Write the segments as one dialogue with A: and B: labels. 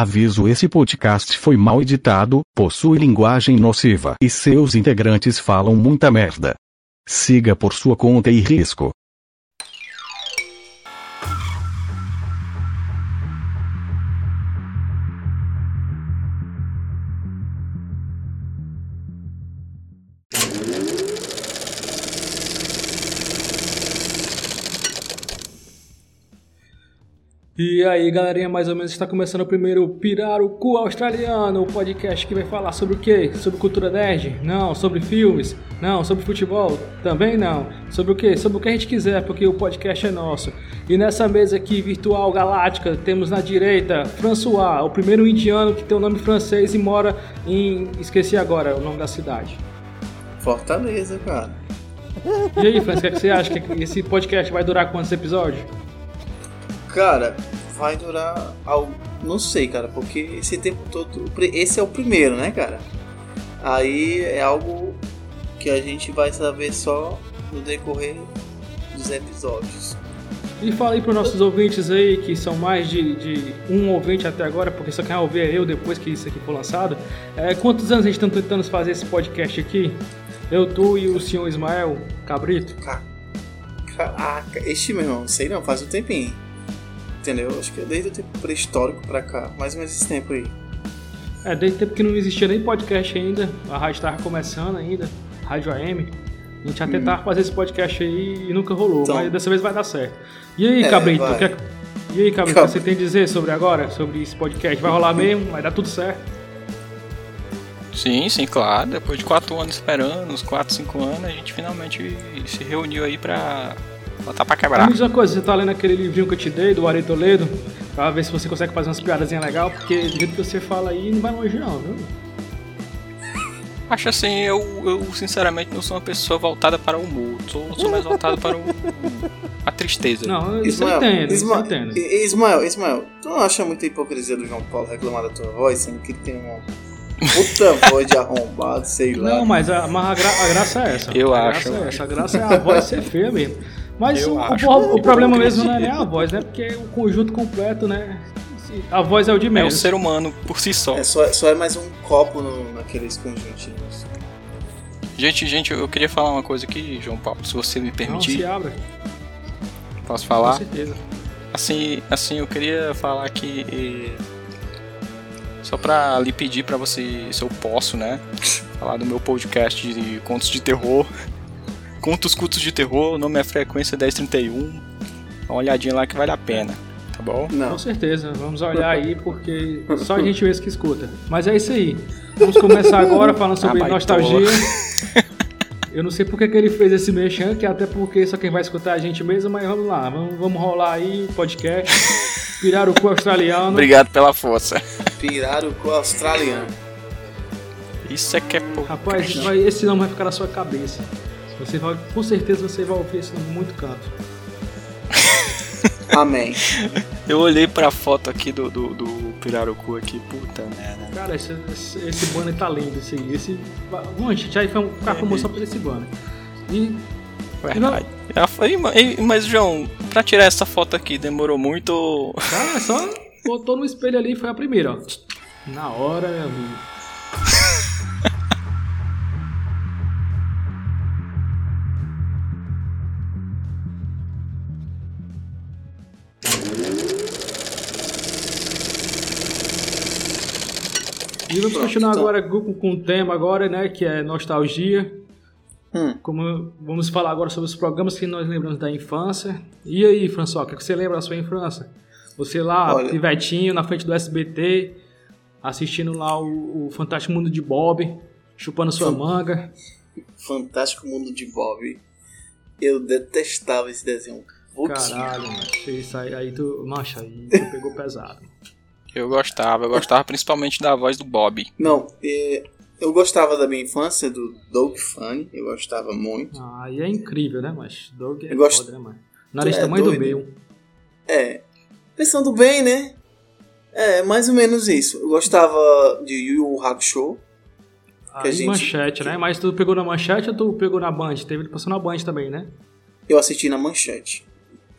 A: Aviso: esse podcast foi mal editado, possui linguagem nociva e seus integrantes falam muita merda. Siga por sua conta e risco.
B: E aí, galerinha, mais ou menos está começando o primeiro Pirarucu Australiano, o podcast que vai falar sobre o quê? Sobre cultura nerd? Não, sobre filmes? Não, sobre futebol? Também não. Sobre o quê? Sobre o que a gente quiser, porque o podcast é nosso. E nessa mesa aqui virtual galáctica, temos na direita François, o primeiro indiano que tem o nome francês e mora em esqueci agora o nome da cidade.
C: Fortaleza, cara.
B: E aí, François, o que é que você acha que esse podcast vai durar quantos episódios?
C: Cara, vai durar. Algo... Não sei, cara, porque esse tempo todo. Esse é o primeiro, né, cara? Aí é algo que a gente vai saber só no decorrer dos episódios.
B: E fala aí para nossos ouvintes aí, que são mais de, de um ouvinte até agora, porque só quem vai ouvir é eu depois que isso aqui for lançado. É, quantos anos a gente está tentando fazer esse podcast aqui? Eu, tu e o senhor Ismael Cabrito?
C: Ca- Caraca, este meu irmão, sei não, faz um tempinho. Entendeu? Acho que é desde o tempo pré-histórico pra cá, mais ou menos esse tempo aí.
B: É, desde o tempo que não existia nem podcast ainda, a rádio estava começando ainda, Rádio AM. A gente ia tentar fazer esse podcast aí e nunca rolou,
C: Uhum. Então.
B: mas dessa vez vai dar certo. E aí,
C: É,
B: Cabrito,
C: vai.
B: o que é- e aí, Cabrito, o que
C: Cabrito.
B: você tem a dizer sobre agora, sobre esse podcast? Vai rolar mesmo? Vai dar tudo certo?
D: Sim, sim, claro. Depois de quatro anos esperando, uns 4, 5 anos, a gente finalmente se reuniu aí pra botar pra quebrar.
B: Me diz uma coisa, você tá lendo aquele livrinho que eu te dei, do Ari Toledo, pra ver se você consegue fazer umas piadazinhas legais, porque do jeito que você fala aí, não vai longe não, viu?
D: Acho assim, eu, eu sinceramente não sou uma pessoa voltada para o humor, sou, sou mais voltado para o, a tristeza.
B: Não, isso
C: é-
B: eu entendo, isso eu
C: Isma-
B: entendo.
C: I- Ismael, Ismael, tu não acha muita hipocrisia do João Paulo reclamar da tua voz, sendo que ele tem uma puta voz de arrombado, sei lá.
B: Não, mas a, mas a, gra- a graça é essa.
D: Eu
B: a Graça
D: acho, eu
B: é essa. A graça é a voz ser feia mesmo. Mas
D: Eu
B: o, o
D: acho.
B: pro- o problema
D: Eu
B: mesmo não é nem
D: acredito.
B: a voz, né? Porque o conjunto completo, né? Se- A voz é o de
D: É o
B: menos.
D: ser humano por si só.
C: É só, só é mais um copo no, naqueles conjuntinhos.
D: Gente, gente, eu queria falar uma coisa aqui, João Paulo, se você me
B: não se
D: permitir,
B: abra,
D: posso
B: com
D: falar?
B: certeza.
D: Assim, assim, eu queria falar que. eh, Só pra lhe pedir pra você, se eu posso, né? Falar do meu podcast de contos de terror. Contos cultos de terror, o nome é Frequência 1031. Dá uma olhadinha lá que vale a pena, tá bom?
C: Não.
B: Com certeza, vamos olhar aí, porque só a gente mesmo que escuta. Mas é isso aí. Vamos começar agora falando sobre
D: Ah, baitola.
B: nostalgia. Eu não sei porque que ele fez esse mexão, que até porque só quem vai escutar é a gente mesmo, mas vamos lá, vamos, vamos rolar aí o podcast. Pirarucu australiano.
D: Obrigado pela força.
C: Pirarucu australiano.
D: Isso é que é pouco.
B: Rapaz, isso vai- esse nome vai ficar na sua cabeça. Você vai, com certeza você vai ouvir esse nome em muito canto.
C: Amém.
D: Eu olhei pra foto aqui do, do, do Pirarucu aqui, puta merda.
B: Cara, esse, esse, esse banner tá lindo, assim. Esse, bom, gente, aí
D: É,
B: foi ficar famoso só por esse banner. E
D: Verdade. Ah, foi- e- Mas, João, pra tirar essa foto aqui, demorou muito ou-
B: Cara, Tá, é só botou no espelho ali e foi a primeira, ó. Na hora, meu amigo. E vamos
C: Pronto,
B: continuar
C: então.
B: agora com, com o tema agora, né, que é nostalgia.
C: Hum.
B: Como vamos falar agora sobre os programas que nós lembramos da infância. E aí, François, o que você lembra da sua infância? Você lá,
C: Olha.
B: pivetinho, na frente do SBT, assistindo lá o, o Fantástico Mundo de Bob, chupando sua
C: Sim.
B: manga.
C: Fantástico Mundo de Bob. Eu detestava esse desenho. Putz,
B: Caralho, macho, isso aí, aí tu, macho, aí tu pegou pesado.
D: Eu gostava, eu gostava principalmente da voz do Bob.
C: Não, é, eu gostava da minha infância do Doug Funny, eu gostava muito.
B: Ah, Aí é incrível, né, mas Doug é
C: Eu gosto-
B: foda, né, mano? Nariz
C: É,
B: tamanho do
C: doido.
B: meu.
C: É, pensando bem, né? É, mais ou menos isso. Eu gostava de Yu Yu Hakusho.
B: Aí
C: gente-
B: manchete, né? Mas tu pegou na manchete ou tu pegou na Band? Teve ele passou na Band também, né?
C: Eu assisti na Manchete.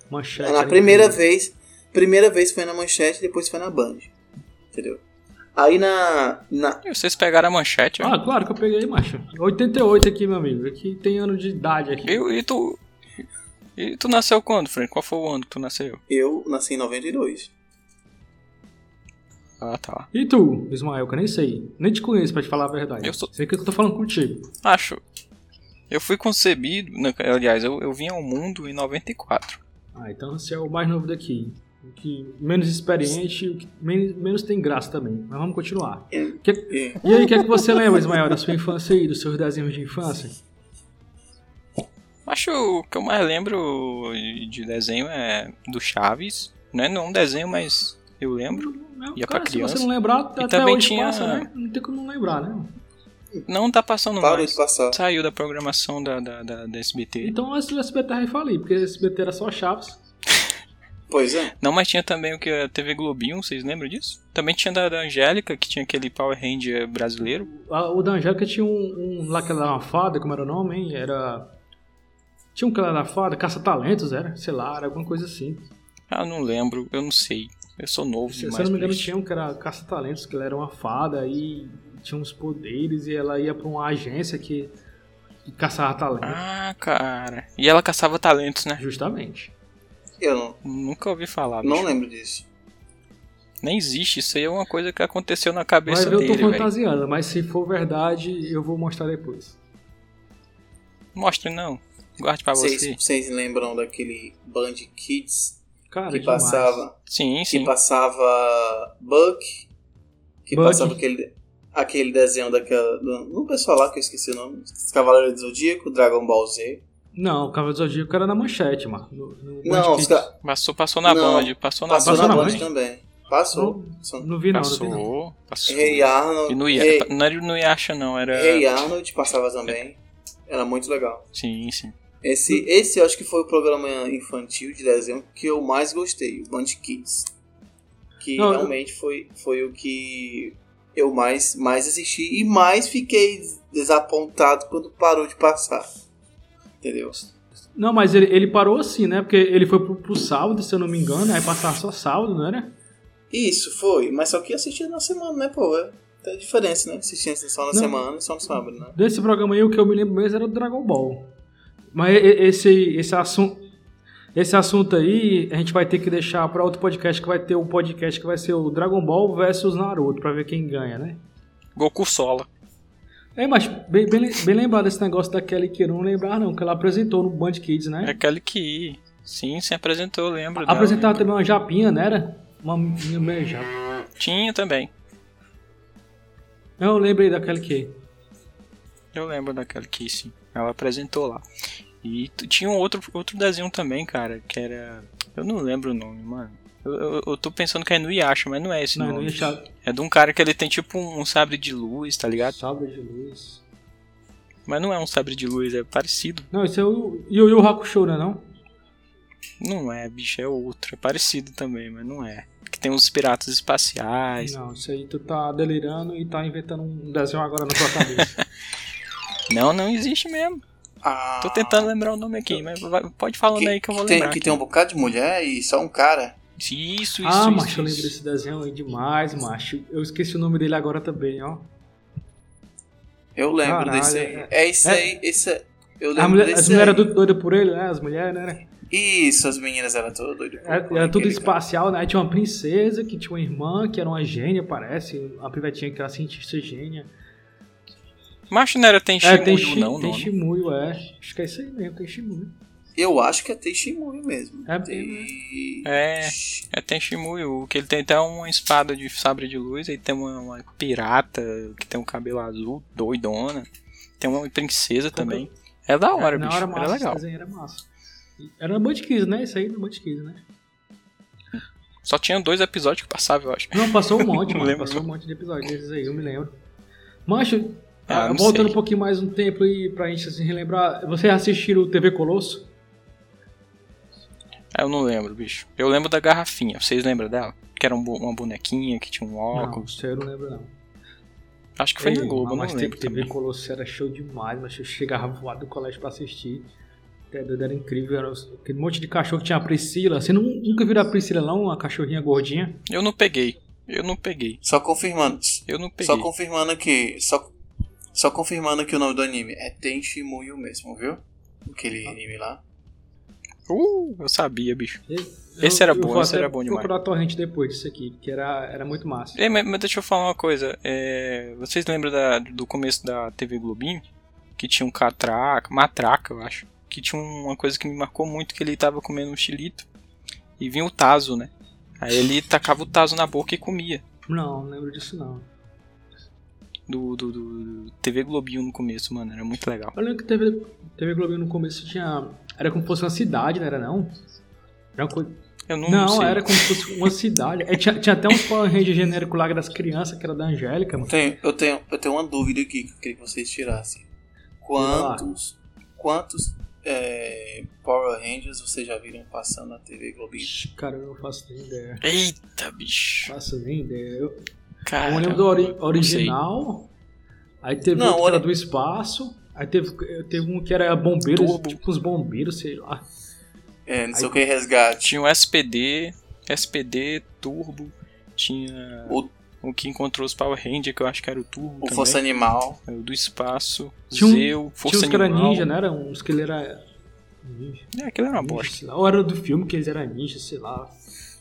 B: Manchete.
C: na
B: era
C: primeira
B: incrível.
C: vez, primeira vez foi na Manchete, depois foi na Band. Entendeu? Aí na. na
D: E vocês pegaram a manchete, né? ó.
B: Ah, claro que eu peguei, macho. 88 aqui, meu amigo. Aqui tem ano de idade aqui.
D: Eu, e tu. E tu nasceu quando, Frank? Qual foi o ano que tu nasceu?
C: eu nasci em 92.
D: Ah, tá.
B: E tu, Ismael, que eu nem sei. Nem te conheço, pra te falar a verdade.
D: Eu sou-
B: Sei que eu tô falando contigo.
D: Acho. Eu fui concebido. né, Aliás, eu, eu vim ao mundo em 94.
B: Ah, então você é o mais novo daqui. O que menos experiente, o que men- menos tem graça também. Mas vamos continuar. Que-
C: E-
B: E aí, o que é que você lembra, Ismael, da sua infância aí, dos seus desenhos de infância?
D: Acho que o que eu mais lembro de desenho é do Chaves. Né? Não um desenho, mas eu lembro.
B: Não,
D: E é
B: cara,
D: pra
B: se você
D: criança.
B: não lembrar, até
D: também
B: hoje
D: tinha-
B: passa, né? Não tem como não lembrar, né?
D: Não tá passando
C: Parou
D: mais.
C: de passar.
D: Saiu da programação da, da, da, da SBT.
B: Então antes do SBT eu falei, porque SBT era só Chaves.
C: Pois é.
D: Não, mas tinha também o que a TV Globinho, vocês lembram disso? Também tinha da, da Angélica, que tinha aquele Power Ranger brasileiro.
B: A- O da Angélica tinha um, um lá que ela era uma fada, como era o nome, hein? Era. Tinha um que ela era fada, caça-talentos, era? Sei lá, era alguma coisa assim.
D: Ah, não lembro, eu não sei. Eu sou novo
B: Se, se eu
D: demais.
B: não me
D: pra
B: engano,
D: isso.
B: tinha um que era caça-talentos, que ela era uma fada e tinha uns poderes e ela ia pra uma agência que, que caçava talentos.
D: Ah, cara. E ela caçava talentos, né?
B: Justamente.
C: Eu não,
D: Nunca ouvi falar. bicho.
C: não lembro disso.
D: Nem existe, isso aí é uma coisa que aconteceu na cabeça
B: Mas eu tô
D: dele, velho.
B: fantasiando, mas se for verdade, eu vou mostrar depois.
D: Mostre não. Guarde pra
C: Vocês,
D: você.
C: vocês lembram daquele Band Kids
B: Cara,
C: que
B: demais.
C: passava,
D: Sim,
C: que
D: sim.
C: passava Buck, que
B: Buck.
C: passava aquele, aquele desenho daquela. Do, do pessoal lá que eu esqueci o nome. Cavaleiro do Zodíaco, Dragon Ball Z.
B: Não, o Cavalo do Zodíaco era na manchete, mano. No, no
C: Não,
B: Band Kids.
C: os ca-
D: Passou, passou na
C: Não.
D: Band, passou na
C: passou
D: Band.
C: na
B: Band
C: Band também. Passou. Passou.
B: Não vi não, não vi não.
D: Passou, passou.
C: Rei Arnold.
D: E no Ia...
C: Rei,
D: Não era no Yasha, não, era.
C: Rei Arnold passava também. Era muito legal.
D: Sim, sim.
C: Esse, esse eu acho que foi o programa infantil de desenho que eu mais gostei, o Band Kids. Que
B: Não, eu-
C: realmente foi, foi o que eu mais, mais assisti e mais fiquei desapontado quando parou de passar. Entendeu?
B: Não, mas ele, ele parou assim, né? Porque ele foi pro, pro sábado, se eu não me engano, aí passava só sábado, não era?
C: Isso, foi. Mas só que assistia na semana, né, pô? É, tem diferença, né? Assistia só
B: Não.
C: na semana e só no sábado, né?
B: Desse programa aí, o que eu me lembro mesmo era do Dragon Ball. Mas e- e- esse, esse assunto. Esse assunto aí, a gente vai ter que deixar pra outro podcast que vai ter o podcast que vai ser o Dragon Ball versus Naruto, pra ver quem ganha, né?
D: Goku Sola.
B: É, mas bem, bem, bem lembrado esse negócio da Kelly que eu não lembrar, não, que ela apresentou no Band Kids, né?
D: É né? aquele que. Sim, se apresentou, eu lembro. dela.
B: Apresentava também uma japinha, né? Era? Uma menina meio japa.
D: Tinha também.
B: Não, eu lembrei daquela que.
D: Eu lembro daquela que sim. Ela apresentou lá. E t- tinha um outro, outro desenho também, cara, que era. Eu não lembro o nome, mano. Eu, eu- eu tô pensando que é no Yasha, mas não é esse
B: Não, não
D: nome.
B: ia achar.
D: É de um cara que ele tem tipo um sabre de luz, tá ligado?
B: Sabre de luz.
D: Mas não é um sabre de luz, é parecido.
B: Não, isso é o Yu Yu Hakusho, né? Não?
D: Não é, bicho, é outro. É parecido também, mas não é. Que tem uns piratas espaciais.
B: Não, isso aí tu tá delirando e tá inventando um desenho agora na tua cabeça.
D: Não, não existe mesmo.
C: Ah,
D: Tô tentando lembrar o nome aqui, mas vai- pode falando aí que eu vou
C: tem,
D: lembrar.
C: que tem um bocado de mulher e só um cara.
D: Isso, isso,
B: ah,
D: isso.
B: macho, eu
D: isso.
B: lembro desse desenho aí demais, macho. Eu esqueci o nome dele agora também, ó.
C: Eu lembro
B: Caralho,
C: desse aí.
B: é-
C: É isso
B: é-
C: aí, esse é- Eu
B: A
C: lembro
B: mulher,
C: desse
B: as mulheres
C: aí.
B: eram tudo doidas por ele, né? As mulheres, né? É,
C: Isso, as meninas eram todas doidas. por-
B: Era,
C: por
D: é
B: era tudo
C: aquele cara.
B: espacial, né? Aí tinha uma princesa que tinha uma irmã que era uma gênia, parece. Uma pivetinha que era cientista gênia.
D: Macho não era tem
B: É, tem,
D: Shimuyu,
B: shi,
D: não, né?
B: tem
D: não.
B: Shimuyo, é. Acho que é isso aí mesmo, tem Shimuyo.
C: Eu acho que é Teixeira mesmo.
B: É, né?
C: Te-
D: É, é tem Shimuyu, que ele tem até uma espada de sabre de luz, aí tem uma, uma pirata que tem um cabelo azul, doidona. Tem uma princesa também. É da hora,
B: Na
D: bicho.
B: hora
D: Era,
B: massa, esse
D: legal.
B: desenho era massa. Era na Band Kids, né? Isso aí na Band Kids, né?
D: Só tinha dois episódios que passavam, eu acho.
B: Não, passou um monte,
D: Não
B: mano.
D: lembro.
B: Passou um monte de episódios desses aí, eu me lembro. Mancho,
D: Ah,
B: ah,
D: não
B: voltando
D: sei.
B: um pouquinho mais um tempo aí pra gente se relembrar, vocês assistiram o TV Colosso?
D: Ah, Eu não lembro, bicho. Eu lembro da garrafinha. Vocês lembram dela? Que era um bo- uma bonequinha que tinha um
B: Não,
D: óculos.
B: isso aí eu não lembro não.
D: Acho que foi na
B: Ei,
D: Globo,
B: mas
D: não
B: TV
D: lembro também.
B: Colosso era show demais, mas eu chegava voado do colégio pra assistir. Até doido, Era incrível, era os- aquele monte de cachorro que tinha a Priscila. Você nu- nunca viu a Priscila, não? Uma cachorrinha gordinha?
D: Eu não peguei. Eu não peguei.
C: Só confirmando.
D: Eu não peguei.
C: Só confirmando aqui. Só, só confirmando que o nome do anime é Tenchi Muyo mesmo, viu? Aquele
B: Ah.
C: anime lá.
D: Uh, eu sabia, bicho.
B: Eu-
D: Esse era
B: eu
D: bom,
B: vou
D: esse
B: até
D: era bom demais. É.
B: procurar a torrente depois disso aqui, que era, era muito massa.
D: Ei, mas, mas deixa eu falar uma coisa. É, vocês lembram da- do começo da TV Globinho? Que tinha um catraca, matraca, eu acho. Que tinha um, uma coisa que me marcou muito, que ele tava comendo um chilito. E vinha o taso, né? Aí ele tacava o taso na boca e comia.
B: Não, não lembro disso não.
D: Do, do, do- do TV Globinho no começo, mano. Era muito legal.
B: Eu lembro que TV, TV Globinho no começo tinha. Era como se fosse uma cidade, não era não? Era uma coisa.
D: Eu não,
B: Não,
D: sei.
B: era como se fosse uma cidade. É, tinha, tinha até uns Power Ranger genérico lá das crianças, que era da Angélica, mano.
C: Tenho, eu, tenho, eu tenho uma dúvida aqui que eu queria que vocês tirassem. Quantos. Quantos é, Power Rangers vocês já viram passando na TV Globinho?
B: Ixi, Cara, eu não faço nem ideia.
D: Eita, bicho.
B: Faço nem ideia. Eu,
D: Cara,
B: eu lembro do ori-
D: não sei.
B: original. Aí teve
C: Não,
B: outro que era
C: olha-
B: do espaço. Aí teve, teve um que era bombeiros,
D: Turbo.
B: tipo uns bombeiros, sei lá.
C: É, não sei o que, resgate.
D: Tinha o SPD, SPD, Turbo, tinha
C: O-
D: o, que encontrou os Power Ranger, que eu acho que era o
B: um
D: Turbo
C: O
D: também.
C: Força Animal.
D: É, O do espaço,
B: Tinha um-
D: Zeu, Força
B: Tinha uns que era
D: Animal.
B: ninja, não era? Uns que ele era. Ninja.
D: É, aquilo era uma
B: Ninja,
D: bosta.
B: sei lá. Ou era do filme que eles eram ninja, sei lá. Era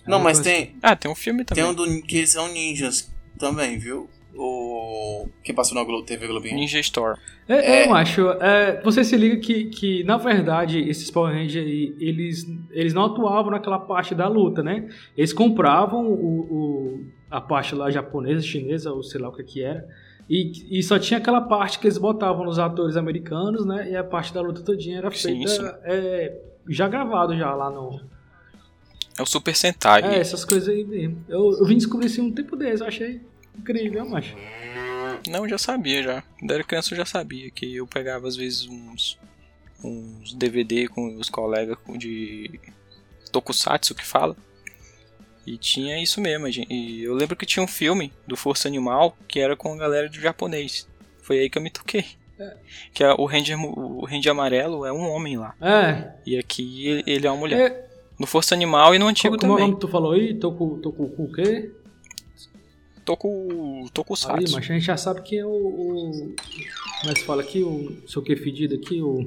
C: Não,
B: É uma
C: mas
B: coisa-
C: tem,
D: Ah, tem um filme
C: tem
D: também.
C: um do, que eles são ninjas também, viu? O. Que passou na Glo- TV Globinho?
D: Ninja Store.
B: É,
C: É.
B: Eu acho. é, você se liga que, que, na verdade, esses Power Rangers aí, eles, eles não atuavam naquela parte da luta, né? Eles compravam o, o- a parte lá japonesa, chinesa, ou sei lá o que que era. E, e só tinha aquela parte que eles botavam nos atores americanos, né? E a parte da luta todinha era
D: Sim,
B: feita
D: sim.
B: é, já gravado já lá no,
D: É o Super Sentai.
B: É, essas coisas aí mesmo. Eu, eu vim descobrir isso em um tempo desse, eu achei incrível, macho.
D: Não, eu já sabia já. Quando era criança eu já sabia que eu pegava às vezes uns uns DVD com os colegas com- de Tokusatsu que fala. E tinha isso mesmo, gente. E eu lembro que tinha um filme do Força Animal que era com a galera do japonês. Foi aí que eu me toquei. Que é o Ranger, mu- o Ranger Amarelo é um homem lá.
B: É,
D: E aqui ele- ele é uma mulher.
B: é
D: No Força Animal e no antigo
B: co- como é o
D: também.
B: nome que tu falou aí? Tô com, tô com, com o quê?
D: Toku, Tokusatsu.
B: Aí, macho, a gente já sabe quem é o. o como é que se fala aqui? O não sei o que fedido aqui? O,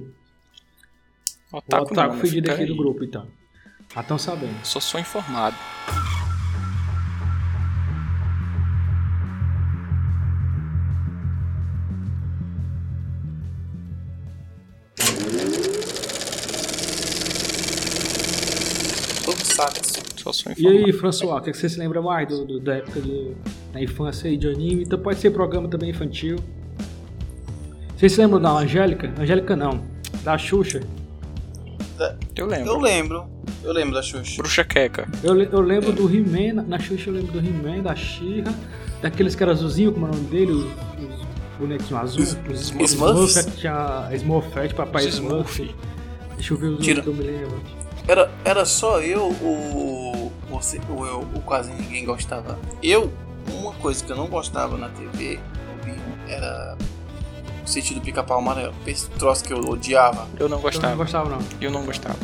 B: o
D: Otaku não,
B: otaku
D: né?
B: fedido
D: Fica
B: aqui do
D: aí.
B: grupo, então. Ah, tão sabendo.
D: Sou só informado.
C: Todo saco.
D: Só sou
B: E
D: informado.
B: aí, François, o que, é que você se lembra mais do, do- da época de, da infância aí de anime? Então pode ser programa também infantil. Vocês se lembram da Angélica? Angélica não. Da Xuxa.
D: Eu lembro.
C: Eu lembro. Eu lembro da Xuxa.
D: Bruxa Queca.
B: Eu, le- eu lembro do He-Man, na- na Xuxa eu lembro do He-Man, da She-Ra, daqueles que era azulzinho, como é o nome dele, os, os bonecos azuis, os
C: Smurfs.
B: Smurfs, que tinha a Smurfette, papai
D: Os Smurf.
B: Smurf. Deixa eu ver os
C: Tira.
B: outros que eu me lembro.
C: Era, era só eu o. Você, o eu, o quase ninguém gostava. Eu, uma coisa que eu não gostava na TV Globinho, era o sítio do pica-pau amarelo. Esse troço que eu odiava.
D: Eu
B: Eu
D: não
B: não
D: gostava.
B: gostava não.
D: Eu não gostava.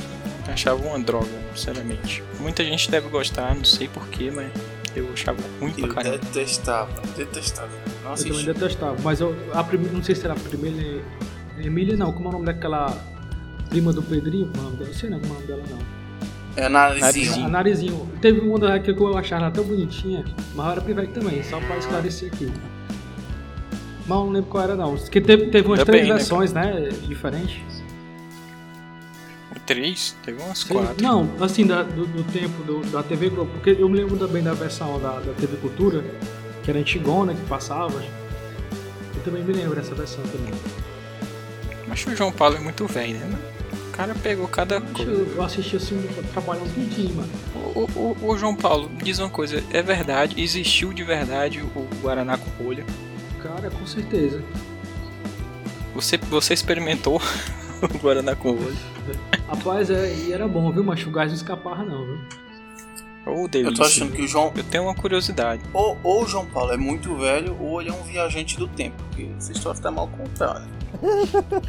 D: Achava uma droga, sinceramente. Muita gente deve gostar, não sei porquê, mas eu achava ruim
C: Eu
D: pra caramba.
C: detestava, detestava. Não
B: Eu também
C: assisti.
B: detestava, mas eu, a primeira, não sei se era a primeira, Emília não, como é o nome daquela prima do Pedrinho, como é o nome dela? não sei não como é o nome dela não.
C: É narizinho.
D: Narizinho.
B: A narizinho. Teve uma da que eu achava ela tão bonitinha, mas eu era pivete também, só pra esclarecer aqui. Mas eu não lembro qual era não. Porque teve, teve umas
D: Ainda
B: três
D: bem, né,
B: versões, né? Diferentes.
D: Três? Teve umas quatro.
B: Não, assim, da- do, do tempo do- da TV Globo, porque eu me lembro também da versão da, da TV Cultura, que era antigona, que passava. Eu também me lembro dessa versão também.
D: Mas o João Paulo é muito velho, né? mano? O cara pegou cada coisa.
B: Eu, eu assisti assim, trabalhando tudinho, mano.
D: Ô, ô, ô, ô, João Paulo, me diz uma coisa. É verdade, existiu de verdade o Guaraná com rolha?
B: Cara, com certeza.
D: Você, você experimentou o Guaraná com rolha?
B: Rapaz, é, e era bom, viu, macho? O gás não escapava não, viu?
D: Ô,
C: Eu
D: delícia.
C: tô achando que o João.
D: Eu tenho uma curiosidade.
C: Ou, ou o João Paulo é muito velho, ou ele é um viajante do tempo. Porque essa história tá mal contada.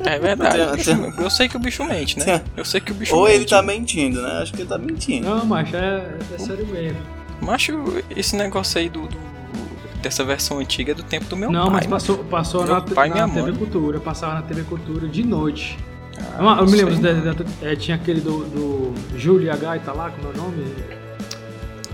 D: É verdade.
C: Eu
D: Eu,
C: tenho-
D: sei que o bicho mente, né? Eu sei que o bicho
C: Ou
D: mente.
C: ele tá mentindo, né? Acho que ele tá mentindo.
B: Não, macho, é, é sério mesmo.
D: Macho, esse negócio aí do, do- dessa versão antiga é do tempo do meu
B: não,
D: pai.
B: mas passou, passou
D: Meu
B: na,
D: um pai e
B: na
D: minha
B: TV
D: mãe.
B: Cultura, passava na TV Cultura de noite.
D: Ah,
B: Ah, eu
D: não
B: me lembro,
D: sei.
B: da- da- é, tinha aquele do, do Júlio H Gaita lá, como é o nome?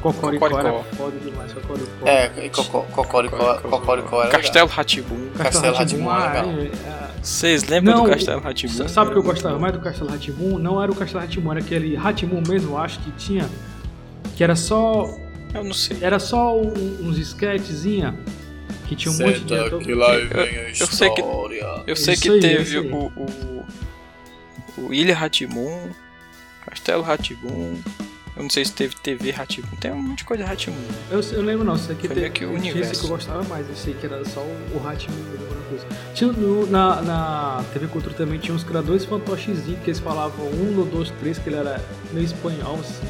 B: Cocoricó, era
D: Cocoricó.
B: foda demais, Cocoricó.
C: É, e Cocó- Cocoricó Cocoricó era legal.
D: Castelo Ratibum.
C: Castelo
B: Rá-Tim-Bum,
C: Rá-Tim-Bum,
B: ah, é,
D: Vocês lembram
B: Não,
D: do Castelo Ratibum?
B: é. Sabe o que eu gostava mais do Castelo Ratimun? Não era o Castelo Ratimun, era aquele Ratimun mesmo, eu acho que tinha, que era só,
D: Eu não sei.
B: era só um- uns sketchzinha que tinha um monte de ator.
C: que lá e vem a
D: eu sei que- Eu sei
B: Isso
D: que
B: aí,
D: teve
B: isso aí.
D: o, o, o Ilha Ratibum, Castelo Ratibum. Eu não sei se teve TV Ratibum. Tem um monte de coisa Ratibum.
B: Eu, sei- eu lembro não, isso aqui
D: Foi
B: tem,
D: meio que o
B: tinha
D: universo.
B: esse que eu gostava mais, eu sei que era só o Ratman mesmo, alguma coisa. Tinha no- na, na TV Cultura também tinha uns criadores fantochezinhos que eles falavam um, no, dois, três, que ele era meio espanhol assim.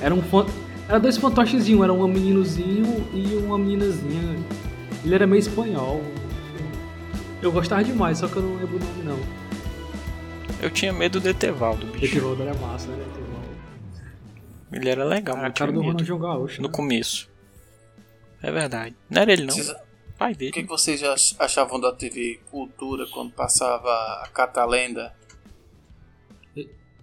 B: Era um fan... Era dois fantochezinhos, era um meninozinho e uma meninazinha. Ele era meio espanhol. Eu gostava demais, só que eu não lembro o nome não.
D: Eu tinha medo do Etevaldo,
B: Esse
D: bicho.
B: Rodo era massa, né?
D: Ele era legal,
B: Era a cara
D: mas eu tinha
B: do
D: medo.
B: Ronaldinho Gaúcho.
D: No
B: né?
D: começo. É verdade. Não era ele não.
C: Vocês-
D: Pai
C: O que, que
D: dele.
C: vocês ach- achavam da TV Cultura quando passava a Catalenda?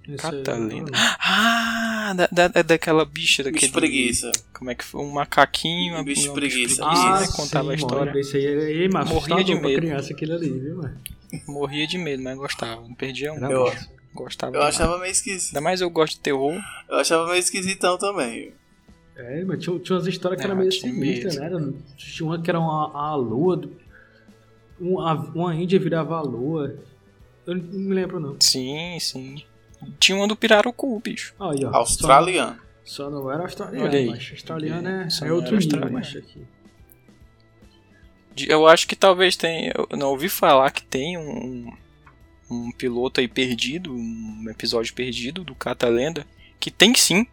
B: Esse-
D: Catalina. Ah, da, da, da- daquela bicha daquele.
C: Bicho preguiça.
D: Como é que foi? Um macaquinho, um uma
C: Bicho
D: uma
C: preguiça.
B: Ah,
C: Isso,
D: né? Contava a história.
B: Isso aí era aí, mas
D: Morria
B: assustador
D: de
B: pra
D: medo.
B: criança aquele ali, viu, mano?
D: Morria de medo, mas gostava. Não perdia um.
B: Era
C: Eu-
B: massa.
D: Gostava.
C: Eu
D: demais.
C: achava meio esquisito.
D: Ainda mais eu gosto de terror.
C: Eu achava meio esquisitão também.
B: É, mas tinha, tinha umas histórias que
D: É,
B: eram meio
D: tinha
B: sinistras, né? Era- Tinha uma que era uma, a lua, do- uma, uma índia virava a lua. Eu não me lembro, não.
D: Sim, sim. Tinha uma do Pirarucu, bicho.
B: Aí, ó,
C: Australiano.
B: Só, só não era australiano,
D: Olha aí.
B: mas australiano é,
D: Só
B: é
D: não
B: outro
D: era
B: nível,
D: australiano.
B: macho, aqui.
D: De- Eu acho que talvez tenha. Eu não ouvi falar que tem um, um piloto aí perdido, um episódio perdido do Catalenda, que tem sim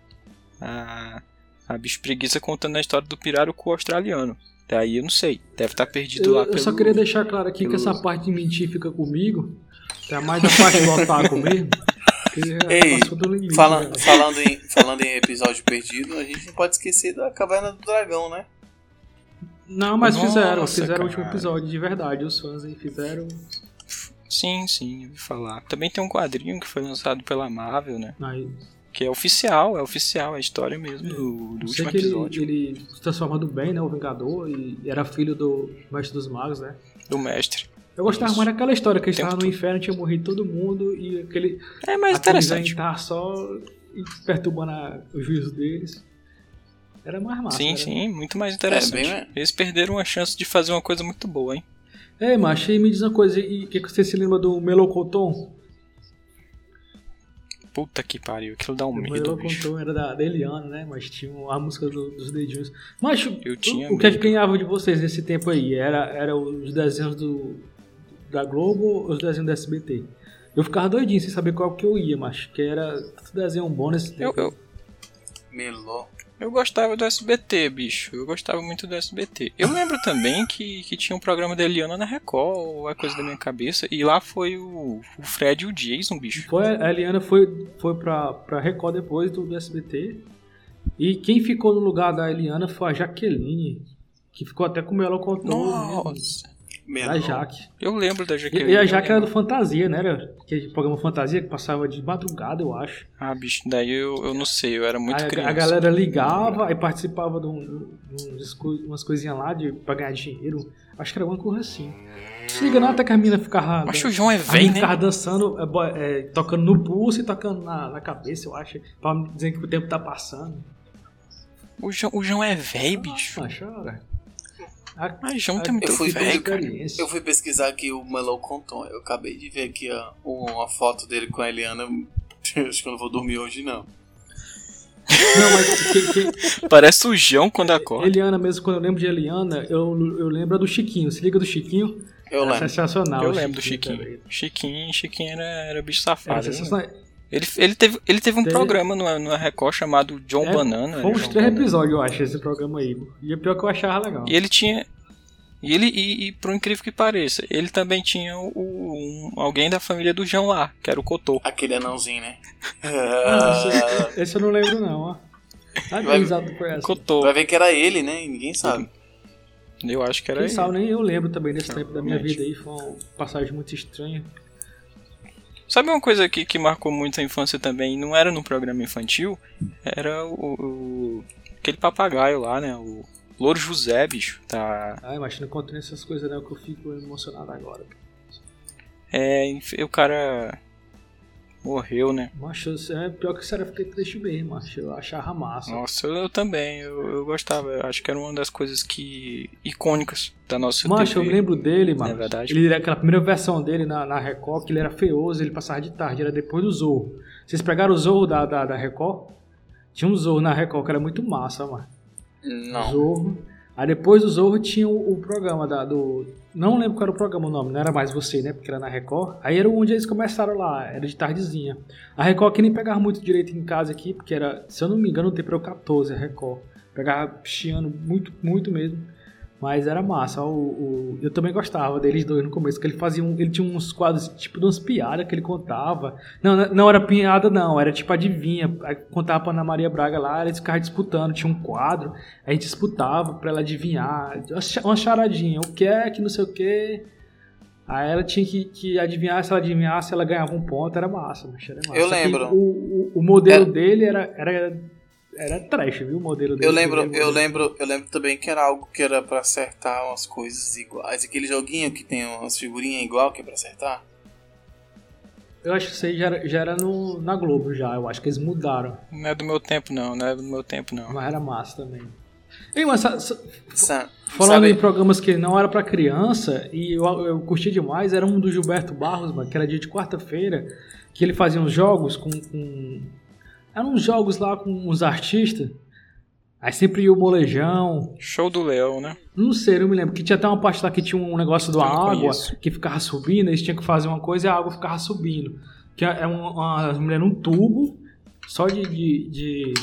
D: a, a bicho preguiça contando a história do Pirarucu australiano. Daí eu não sei, deve estar perdido
B: Eu,
D: lá
B: eu
D: pelo...
B: só queria deixar claro aqui que
D: pelo-
B: essa parte de mentir fica comigo. Tá mais da parte do otaku mesmo. que já
C: Ei,
B: passou do limite, né?
C: Falan- falando, em, falando em episódio perdido, a gente não pode esquecer da Caverna do Dragão, né?
B: Não, mas fizeram,
D: Nossa,
B: fizeram o último
D: cara.
B: episódio, de verdade. Os fãs aí fizeram.
D: Sim, sim, ouvi falar. Também tem um quadrinho que foi lançado pela Marvel, né?
B: Aí,
D: Que é oficial, é oficial, é a história mesmo do, do
B: eu sei
D: último
B: que ele,
D: episódio.
B: ele se transforma do bem, né? O Vingador, e era filho do Mestre dos Magos, né?
D: Do mestre.
B: Eu gostava mais daquela história que ele
D: Tempo
B: estava no
D: todo.
B: inferno, tinha morrido todo mundo, e aquele.
D: um É mais
B: aquele
D: interessante.
B: tá só perturbando a- o juízo deles. Era mais massa. né?
D: Sim,
B: era-
D: sim, muito mais interessante.
C: É, bem-
D: Eles perderam a chance de fazer uma coisa muito boa, hein?
B: É, macho, e me diz uma coisa, e o que que você se lembra do Melocoton?
D: Puta que pariu, aquilo dá um
B: O
D: medo, bicho.
B: Melocoton era da, da Eliana, né? Mas tinha a música do- dos dedinhos. Mas o-
D: Eu tinha
B: o, que é que
D: medo.
B: ganhava de vocês nesse tempo aí? Era, era os desenhos do, da Globo ou os desenhos da SBT? Eu ficava doidinho sem saber qual que eu ia, mas que era tanto desenho bom nesse
D: Eu,
B: tempo.
D: eu,
C: Melô.
D: eu gostava do SBT, bicho. Eu gostava muito do SBT. Eu lembro também que, que tinha um programa da Eliana na Record, ou é coisa da minha cabeça. E lá foi o, o Fred e o Jason, bicho.
B: Foi, a Eliana foi, foi pra, pra Record depois do, do SBT. E quem ficou no lugar da Eliana foi a Jaqueline, que ficou até com o Melocoton. mesmo,
D: Nossa!
B: Da
C: Melô.
B: Jaque.
D: Eu lembro da
B: né? E,
D: Jaqueline.
B: e a Jaque
D: eu
B: era do
D: lembro.
B: Fantasia, né? Era aquele programa Fantasia que passava de madrugada, eu acho.
D: Ah, bicho, daí eu, eu não sei, eu era muito
B: Aí a,
D: criança.
B: a galera ligava e participava de, um- de uns co- umas coisinhas lá de, pra ganhar dinheiro. Acho que era alguma coisa assim. Se liga, não, até que a mina ficava.
D: Mas o João é
B: a mina
D: velho, né?
B: ficava dançando, é, bo- é, tocando no pulso e tocando na, na cabeça, eu acho. Pra dizer que o tempo tá passando.
D: O João, o João é velho, bicho.
B: Ah, chora. A-
D: Mas o João tem
B: a-
D: muito
C: eu fui
B: fica a
C: velho,
D: cara.
B: experiência.
C: Eu fui pesquisar aqui o Melô Conton. Eu acabei de ver aqui ó, um, uma foto dele com a Eliana. Acho que eu não vou dormir hoje, não.
B: Não, mas que- que-
D: Parece o João quando acorda.
B: Eliana mesmo, quando eu lembro de Eliana, eu, eu lembro do Chiquinho. Se liga do Chiquinho.
C: Eu
B: era
C: lembro.
B: sensacional.
D: Eu
B: Ah, o
D: lembro do Chiquinho.
B: também.
D: Chiquinho, Chiquinho era, era bicho
B: Era
D: safado. né?
B: sensacional.
D: Ele, ele, teve, ele teve um
B: Teve-
D: programa no, no Record chamado John
B: É,
D: Banana.
B: Foi
D: era
B: uns
D: John
B: três
D: Banana.
B: episódios, eu acho, esse programa aí. E o pior é que eu achava legal.
D: E ele tinha. E ele, e, e por incrível que pareça, ele também tinha o, um- alguém da família do João
B: é
D: lá, que era o Cotô.
C: Aquele anãozinho, né?
B: Ah, Esse eu não lembro, não, ó. Ai, que risada do Crash.
D: Cotou.
C: Vai ver que era ele, né? E ninguém sabe.
D: Eu acho que era
B: Quem
D: ele.
B: sabe, né? nem eu lembro também desse tempo da minha
D: Realmente.
B: vida aí. Foi uma passagem muito estranha.
D: Sabe uma coisa que, que marcou muito a infância também? Não era num programa infantil, era o, o- aquele papagaio lá, né? O Louro José, bicho. Tá.
B: Ai, Ah, mas não contando essas coisas, né? Que eu fico emocionado agora.
D: É, inf- o cara morreu, né?
B: Macho, é pior que o Sarah fiquei triste mesmo, macho. Eu achava massa.
D: Nossa, eu, eu também, eu, eu gostava. Eu acho que era uma das coisas que icônicas da nossa
B: Macho, eu
D: TV.
B: lembro dele,
D: Não
B: mano.
D: é verdade?
B: Ele era aquela primeira versão dele na, na Record, que ele era feioso, ele passava de tarde, era depois do Zorro. Vocês pegaram o Zorro da, da, da Record? Tinha um Zorro na Record que era muito massa, mano.
C: Não.
B: Zorro. Aí depois do Zorro tinha o, o programa da, do. Não lembro qual era o programa, o nome, não era mais você, né? Porque era na Record. Aí era onde eles começaram lá, era de tardezinha. A Record que nem pegava muito direito em casa aqui, porque era, se eu não me engano, o tempo era o 14, a Record. Pegava chiando muito, muito mesmo. Mas era massa. O, o- eu também gostava deles dois no começo, que ele fazia um, ele tinha uns quadros, tipo, de umas piadas que ele contava. Não, não- não era piada, não, era tipo adivinha. Aí Contava pra Ana Maria Braga lá, eles ficavam disputando, tinha um quadro, a gente disputava pra ela adivinhar. uma cha- Uma charadinha, o que é que não sei o que. Aí ela tinha que, que adivinhar, se ela adivinhasse, ela ganhava um ponto, era massa, mas era massa.
C: Eu
B: Só que
C: lembro.
B: O, o, o modelo
C: Era-
B: dele era, era, era trash, viu? O modelo dele.
C: Eu lembro,
B: Ele-
C: eu lembro, eu lembro também que era algo que era pra acertar umas coisas iguais. Aquele joguinho que tem umas figurinhas igual que é pra acertar.
B: Eu acho que isso aí já era, já era no, na Globo já, eu acho que eles mudaram,
D: Não é do meu tempo, não, não é do meu tempo, não.
B: mas era massa também. Ei, mas sa- sa-
C: Sa-
B: falando
C: sabe?
B: em programas que não era pra criança, e eu, eu curti demais, era um do Gilberto Barros, mano, que era dia de quarta-feira, que ele fazia uns jogos com, com- Eram uns jogos lá com uns artistas, aí sempre ia o molejão,
D: Show do Leão, né?
B: Não sei, não me lembro. Que tinha até uma parte lá que tinha um negócio da
D: Eu não
B: água
D: conheço.
B: que ficava subindo, eles tinham que fazer uma coisa e a água ficava subindo. Que é uma, uma mulher num tubo, só de, de, de,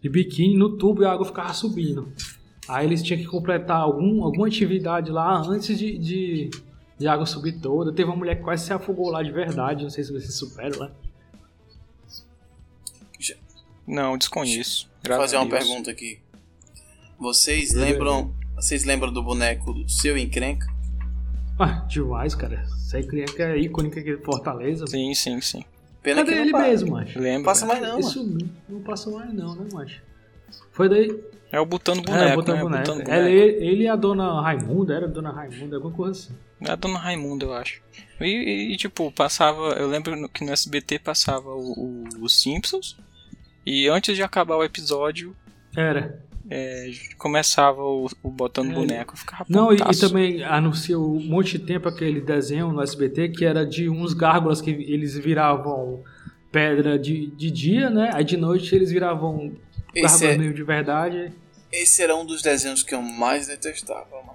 B: de biquíni no tubo e a água ficava subindo. Aí eles tinham que completar algum, alguma atividade lá antes de, de, de a água subir toda. Teve uma mulher que quase se afogou lá de verdade, não sei se vocês superam né? lá.
D: Não, desconheço.
C: Vou
D: Graças
C: fazer
D: a
C: uma
D: Deus.
C: pergunta aqui. Vocês lembram, vocês lembram do boneco do seu encrenca?
B: Ah, demais, cara. Essa aí criança que é icônica aqui de Fortaleza.
D: Sim, sim, sim.
C: Pena
B: Cadê
C: que
B: ele
C: não pa-
B: mesmo, acho?
C: Não
D: Lembro. né?
C: passa mais não,
B: Ele
C: mano.
B: sumiu. Não passou mais não, né, macho? Foi daí.
D: É o Botando Boneco,
B: é, botando
D: né?
B: boneco.
D: Botando
B: Ela-
D: Boneco.
B: ele, ele e a dona Raimunda, era a dona Raimunda, alguma coisa assim.
D: É a Dona Raimunda, eu acho. E, e, tipo, passava... Eu lembro no- que no SBT passava o, o- os Simpsons. E antes de acabar o episódio,
B: Era.
D: é, começava o, o Botando
B: É.
D: Boneco. Eu ficava
B: Não, e, e
D: putaço.
B: também anunciou um monte de tempo aquele desenho no SBT que era de uns gárgulas que eles viravam pedra de, de dia, né? Aí de noite eles viravam gárgulas
C: Esse, é-
B: meio de verdade.
C: esse era um dos desenhos que eu mais detestava, mano.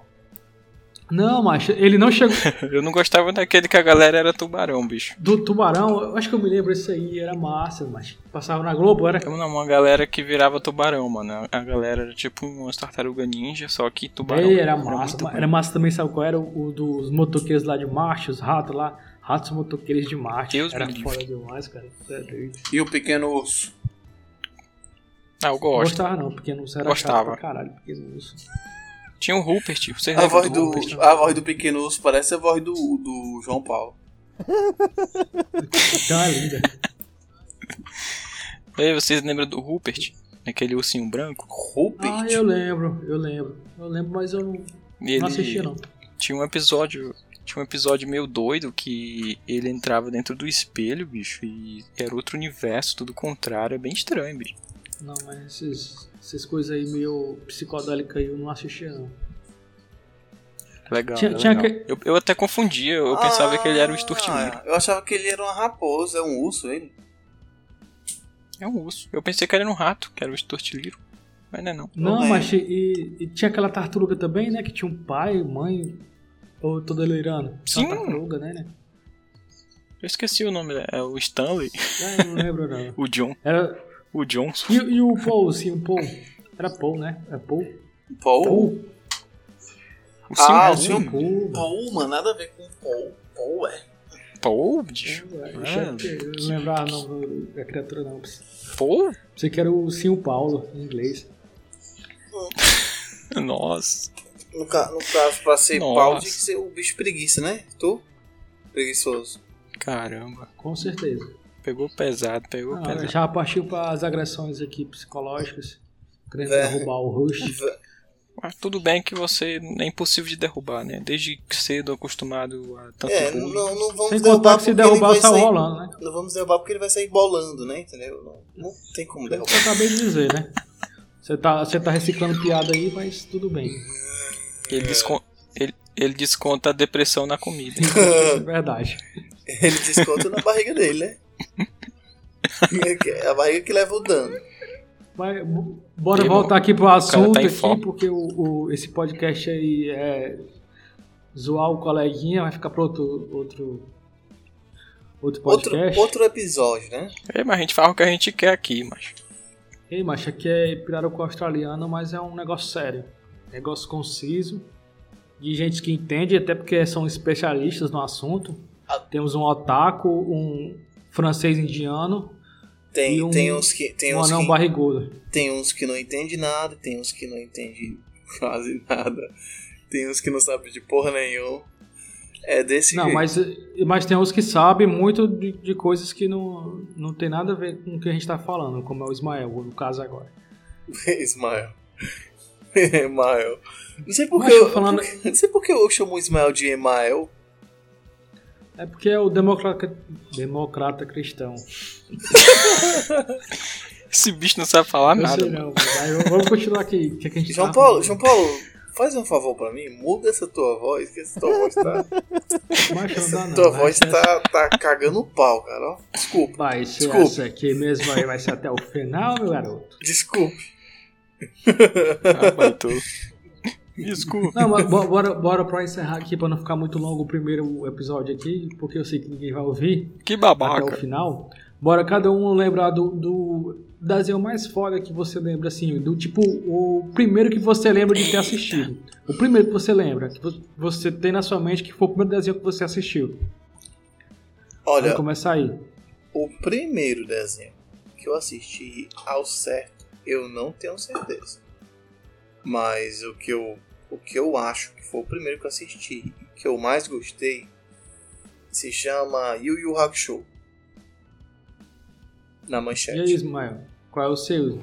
B: Não, macho, ele não chegou.
D: Eu não gostava daquele que a galera era tubarão, bicho.
B: Do tubarão, eu acho que eu me lembro isso aí, era massa, mas passava na Globo, era.
D: Eu não, uma galera que virava tubarão, mano. A- A galera era tipo umas tartaruga ninja, só que tubarão.
B: Ei, era massa.
D: muito
B: ma-
D: bom.
B: Era massa também, sabe qual era? O, o dos motoqueiros lá de Marte, os ratos lá. Ratos motoqueiros de Marte.
D: Deus
B: era
D: me livre.
B: foda demais, cara. Cê é doido.
C: E o pequeno urso.
D: Ah, eu
B: Não
D: gosto.
B: Gostava não, porque não era chato
D: Gostava.
B: pra caralho. Porque isso. é
D: Tinha o Rupert, vocês
C: A
D: lembram
C: voz
D: do,
C: do,
D: Rupert?
C: a voz do pequeno urso parece a voz do, do João Paulo.
B: Então é linda.
D: Ei, vocês lembram do Rupert? Aquele ursinho branco?
C: Rupert?
B: ah, eu lembro, eu lembro. Eu lembro, mas eu não,
D: E Ele
B: não assisti não.
D: tinha um episódio. Tinha um episódio meio doido que ele entrava dentro do espelho, bicho, e era outro universo, tudo contrário, é bem estranho, bicho.
B: Não, mas esses, essas coisas aí meio psicodélicas aí eu não assisti não.
D: Legal.
B: Tinha-
D: é
C: né?
B: tinha
D: legal.
B: que-
D: Eu, eu até confundia, eu pensava que ele era um esturtimeiro.
C: Ah, Eu achava que ele era uma raposa, é um urso ele.
D: É um urso. Eu pensei que era um rato, que era um esturtiliro. Mas não é não.
B: Não,
C: lembro.
B: mas e, e tinha aquela tartaruga também, né? Que tinha um pai, mãe... Ou eu tô delirando? Tinha
D: Sim.
B: Uma tartaruga, né? né?
D: Eu esqueci o nome, é o Stanley,
B: Ah, eu não lembro não.
D: o John,
B: Era,
D: o Johnson.
B: E, e o Paul, sim, o Paul. Era Paul, né? É Paul?
C: Paul?
B: Paul?
D: O
C: Ah,
D: Silverzinho.
C: o Silver.
B: Paul.
C: Paul, mano, nada a ver com Paul. Paul, é.
D: Pô, bicho.
C: Ah,
B: Puxa, eu não lembrava não do- da criatura não.
D: Pô,
B: Você que era o Sim Paulo em inglês.
D: nossa.
C: No, ca- no caso, pra ser
D: Nossa.
C: pau, tinha que ser o bicho preguiça, né? Tu? Preguiçoso.
D: Caramba.
B: Com certeza.
D: Pegou pesado, pegou
B: Ah,
D: pesado.
B: já partiu para as agressões aqui psicológicas. Querendo
C: É.
B: derrubar o Rush.
C: V-
D: Mas tudo bem que você é impossível de derrubar, né? Desde cedo acostumado a tanto
C: É,
D: bullying.
C: não, não vamos
B: Sem
C: derrubar
B: contar que
C: porque
B: se
C: ele
B: derrubar,
C: vai
B: saiu
C: sair-
B: rolando, né?
C: Não vamos derrubar porque ele vai sair bolando, né? Entendeu? Não, não tem como
B: É Eu
C: derrubar.
B: acabei de dizer, né? Você tá, você tá reciclando piada aí, mas tudo bem.
D: Ele,
C: é.
D: descon- ele- ele desconta a depressão na comida.
B: Isso é verdade.
C: Ele desconta na barriga dele, né? É a barriga que leva o dano.
B: Mas b- bora
D: Ih,
B: voltar aqui pro assunto
D: tá em
B: aqui,
D: foco.
B: porque o, o- esse podcast aí é zoar o coleguinha, vai ficar pro outro outro, outro
C: Outro,
B: podcast.
C: outro episódio, né?
D: é, mas a gente fala o que a gente quer aqui, mas.
B: Ei, macho, aqui é pirarucu australiano, mas é um negócio sério. Negócio conciso, de gente que entende, até porque são especialistas no assunto.
C: Ah.
B: Temos um otaku, um francês indiano
C: Tem,
B: E um-
C: tem uns que. Tem
B: um
C: uns
B: anão
C: que,
B: barrigudo.
C: tem uns que não entende nada, tem uns que não entende quase nada, tem uns que não sabe de porra nenhuma. É desse
B: Não,
C: jeito.
B: mas, mas tem uns que sabem muito de, de coisas que não, não tem nada a ver com o que a gente tá falando, como é o Ismael, no caso agora.
C: Ismael. Ismael. Não sei porque
B: Mas eu
C: eu.
B: falando-
C: Não sei porque eu chamo o Ismael de Emael.
B: É porque é o democrata, democrata cristão.
D: Esse bicho não sabe falar
B: Eu
D: nada.
B: sei não, mas eu- vamos continuar aqui. O que, é que a gente
C: João
B: tá
C: Paulo,
B: falando?
C: João Paulo, faz um favor pra mim, muda essa tua voz, que essa tua voz tá.
B: Mas não dá
C: Essa
B: não,
C: tua
B: né?
C: voz tá, tá cagando o pau, cara. ó. Desculpa,
B: Vai ser
C: Desculpa.
B: essa aqui mesmo aí, vai ser até o final, meu garoto.
C: desculpa.
D: Ah, baitou. Desculpa.
B: Não, mas bo- bora, bora pra encerrar aqui, pra não ficar muito longo o primeiro episódio aqui, porque eu sei que ninguém vai ouvir
D: Que
B: até o
D: babaca.
B: final. Bora cada um lembrar do, do desenho mais foda que você lembra, assim, do tipo, o primeiro que você lembra de ter assistido. O primeiro que você lembra, que vo- você tem na sua mente que foi o primeiro desenho que você assistiu.
C: Olha,
B: Vamos começar aí.
C: o primeiro desenho que eu assisti ao certo, eu não tenho certeza. Mas o que eu, o que eu acho que foi o primeiro que eu assisti, que eu mais gostei, se chama Yu Yu Hakusho. Na
B: E aí,
C: manchete.
B: Ismael? Qual é o seu?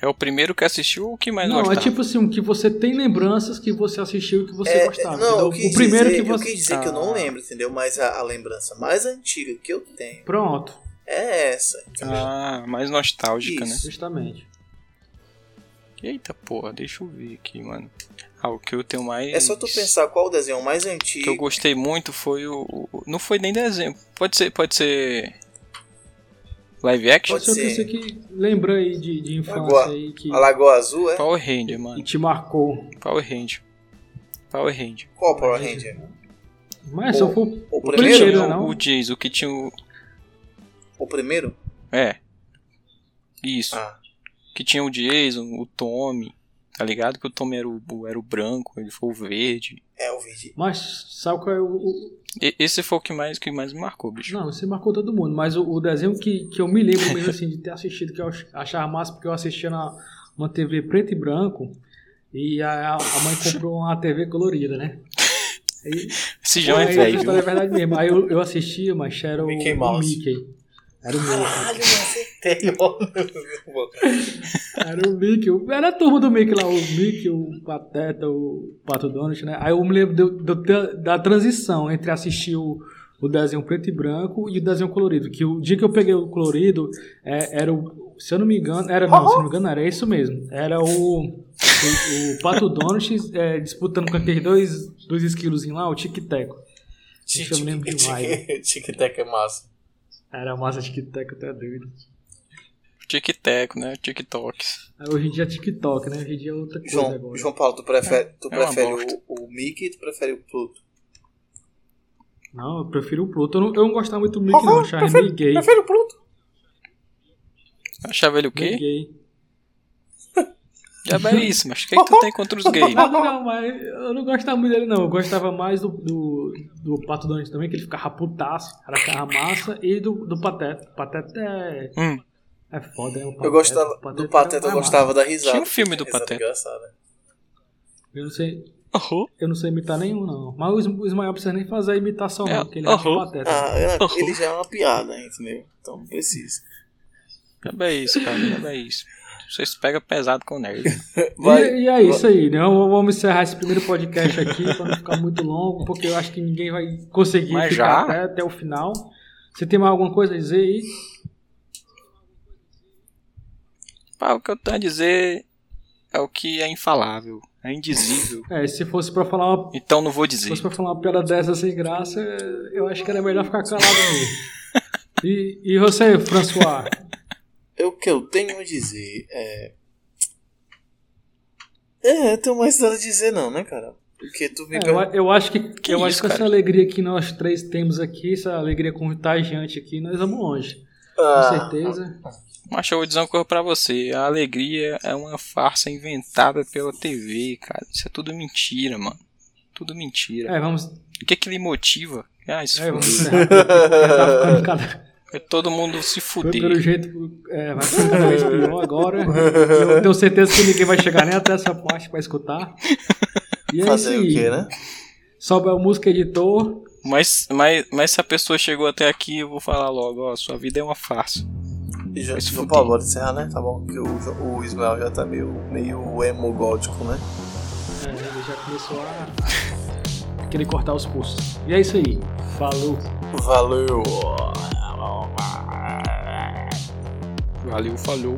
D: É o primeiro que assistiu ou o que mais
B: Não, é
D: gostava?
B: tipo assim, um que você tem lembranças que você assistiu e que você
C: É,
B: gostava.
C: não,
B: entendeu?
C: eu quis
B: o primeiro
C: dizer,
B: que você. tá.
C: eu quis dizer que eu não
D: Ah.
C: lembro, entendeu? Mas a, a lembrança mais antiga que eu tenho
B: Pronto,
C: é essa, entendeu?
D: Ah, mais nostálgica,
C: Isso.
B: justamente.
D: né? Eita porra, deixa eu ver aqui, mano. Ah, o que eu tenho mais.
C: É só tu pensar qual o desenho mais
D: que eu
C: antigo.
D: gostei muito foi o, o- Não foi nem desenho. Pode ser. Pode ser. Live action?
C: Pode
B: Pode ser.
C: ser.
B: Você que lembra aí de, de infância
C: Agora,
B: aí que,
C: A Lagoa Azul é?
D: Power Ranger,
B: que
D: mano.
B: te marcou.
D: Power Ranger. Power Ranger.
C: Qual Power Ranger?
B: Mas eu vou.
C: O
B: O
D: Que
C: primeiro?
B: primeiro,
D: tinha
B: não?
D: o, o Jace, o que tinha o.
C: O primeiro?
D: É. Isso.
C: Ah,
D: Que tinha o Jason, o Tommy. Tá ligado? Que o Tommy era o, o- era o branco, ele foi o verde.
C: é o verde.
B: Mas sabe qual é o. o-
D: E- esse foi o que mais, que mais me marcou, bicho.
B: Não, você marcou todo mundo, mas o, o desenho que, que eu me lembro mesmo assim de ter assistido, que eu ach- achava massa porque eu assistia na uma TV preto e branco e a, a mãe comprou uma TV colorida, né? E-
D: Esse
B: Pô,
D: João é
B: aí essa
D: velho.
B: história é
D: viu?
B: verdade mesmo. Aí eu, eu assistia, mas era o
C: Mickey
B: Mickey. O
C: Mouse.
B: Mickey. Era o Mickey.
C: Caralho, eu acertei.
B: Era o Mickey. o- Era a turma do Mickey lá, o Mickey, o Pateta, o Pato Donald, né? Aí eu me lembro do- do tra- da transição entre assistir o, o desenho preto e branco e o desenho colorido. Que o dia que eu peguei o colorido, é, era o. Se eu não me engano, era não, se eu não me engano, era isso mesmo. Era o. O, o Pato Donald é, disputando com aqueles dois, dois esquilozinhos lá, o Tic Teco. Deixa eu me lembrar de raiva.
C: Tic-tac é massa.
B: Era massa Tic Teco, até doido.
D: Tic-tac, né? Tic-tocs.
B: Aí hoje em dia é TikTok, né? Hoje em dia é outra coisa
C: João,
B: agora.
C: João Paulo, tu prefere, tu
D: É uma
C: prefere
D: bosta.
C: o, o Mickey e tu prefere o Pluto?
B: Não, eu prefiro o Pluto. Eu não, eu não gostava muito do Mickey, não. Eu achava ele meio gay.
C: Prefere o Pluto?
D: Achava ele o
B: Meio
D: quê?
B: gay.
D: Já é isso, mas o que, é que tu tem contra os gays?
B: Não, não, mas eu não gostava muito dele, não. Eu gostava mais do, do, do Pato Donald também, que ele ficava putaço, era ficava massa, e do, do Pateta. Pateta é.
D: Hum.
B: É foda, é o Pateta.
C: Eu gostava do Pateta,
B: é
C: eu
B: uma
C: gostava da risada.
D: Tinha um filme do
C: Risada
D: Pateta.
C: engraçada.
B: Eu não sei.
D: Uhum.
B: Eu não sei imitar nenhum, não. Mas o Is- o Ismael precisa nem fazer a imitação,
D: É,
B: não, porque ele é
D: aham.
B: um pateta.
C: Ah, era- ele já é uma piada, entendeu? Então não precisa.
D: Já é isso, cara. Já é isso. Vocês pegam pesado com o nerd.
C: Vai-
B: E, e é isso aí, né? Vamos vamos encerrar esse primeiro podcast aqui pra não ficar muito longo, porque eu acho que ninguém vai conseguir
D: Mas
B: ficar
D: já?
B: até, até o final. Você tem mais alguma coisa a dizer aí?
D: Pá, o que eu tenho a dizer é o que é infalável, é indizível.
B: É, se fosse pra falar uma,
D: Então não vou
B: se
D: dizer.
B: fosse pra falar uma piada dessa sem graça, eu acho que era melhor ficar calado aí. E, e você, François?
C: O que eu tenho a dizer é. É, eu tenho mais nada a dizer, não, né, cara? Porque tu me
B: É, eu,
C: perguntou.
B: a- eu acho que,
D: Que
B: eu
D: isso,
B: acho que essa
D: cara?
B: alegria que nós três temos aqui, essa alegria contagiante aqui, nós vamos longe. Com
C: Ah,
B: certeza.
D: Mas eu vou dizer uma coisa pra você. A alegria é uma farsa inventada pela TV, cara. Isso é tudo mentira, mano. Tudo mentira.
B: É, vamos,
D: O que é que lhe motiva? Ah, isso
B: é, vamos
D: foi.
B: encerrar. porque tá ficando cada-
D: É todo mundo se
B: Pelo- Pelo
D: fuder.
B: jeito, é, vai ficar cada vez pior agora. Eu tenho certeza que ninguém vai chegar nem até essa parte pra escutar. E é
C: fazer o
B: isso aí.
C: quê, né?
B: Sobe o música editor.
D: Mas, mas, mas se a pessoa chegou até aqui, eu vou falar logo, ó, sua vida é uma farsa.
C: E já,
D: Vai se
C: João
D: fuder.
C: Paulo, bora encerrar, né? Tá bom, porque o, Jo- o Ismael já tá meio, meio emo-gótico, né?
B: É, ele já começou a querer cortar os pulsos. E é isso aí. Falou.
C: Valeu!
D: Valeu, falou.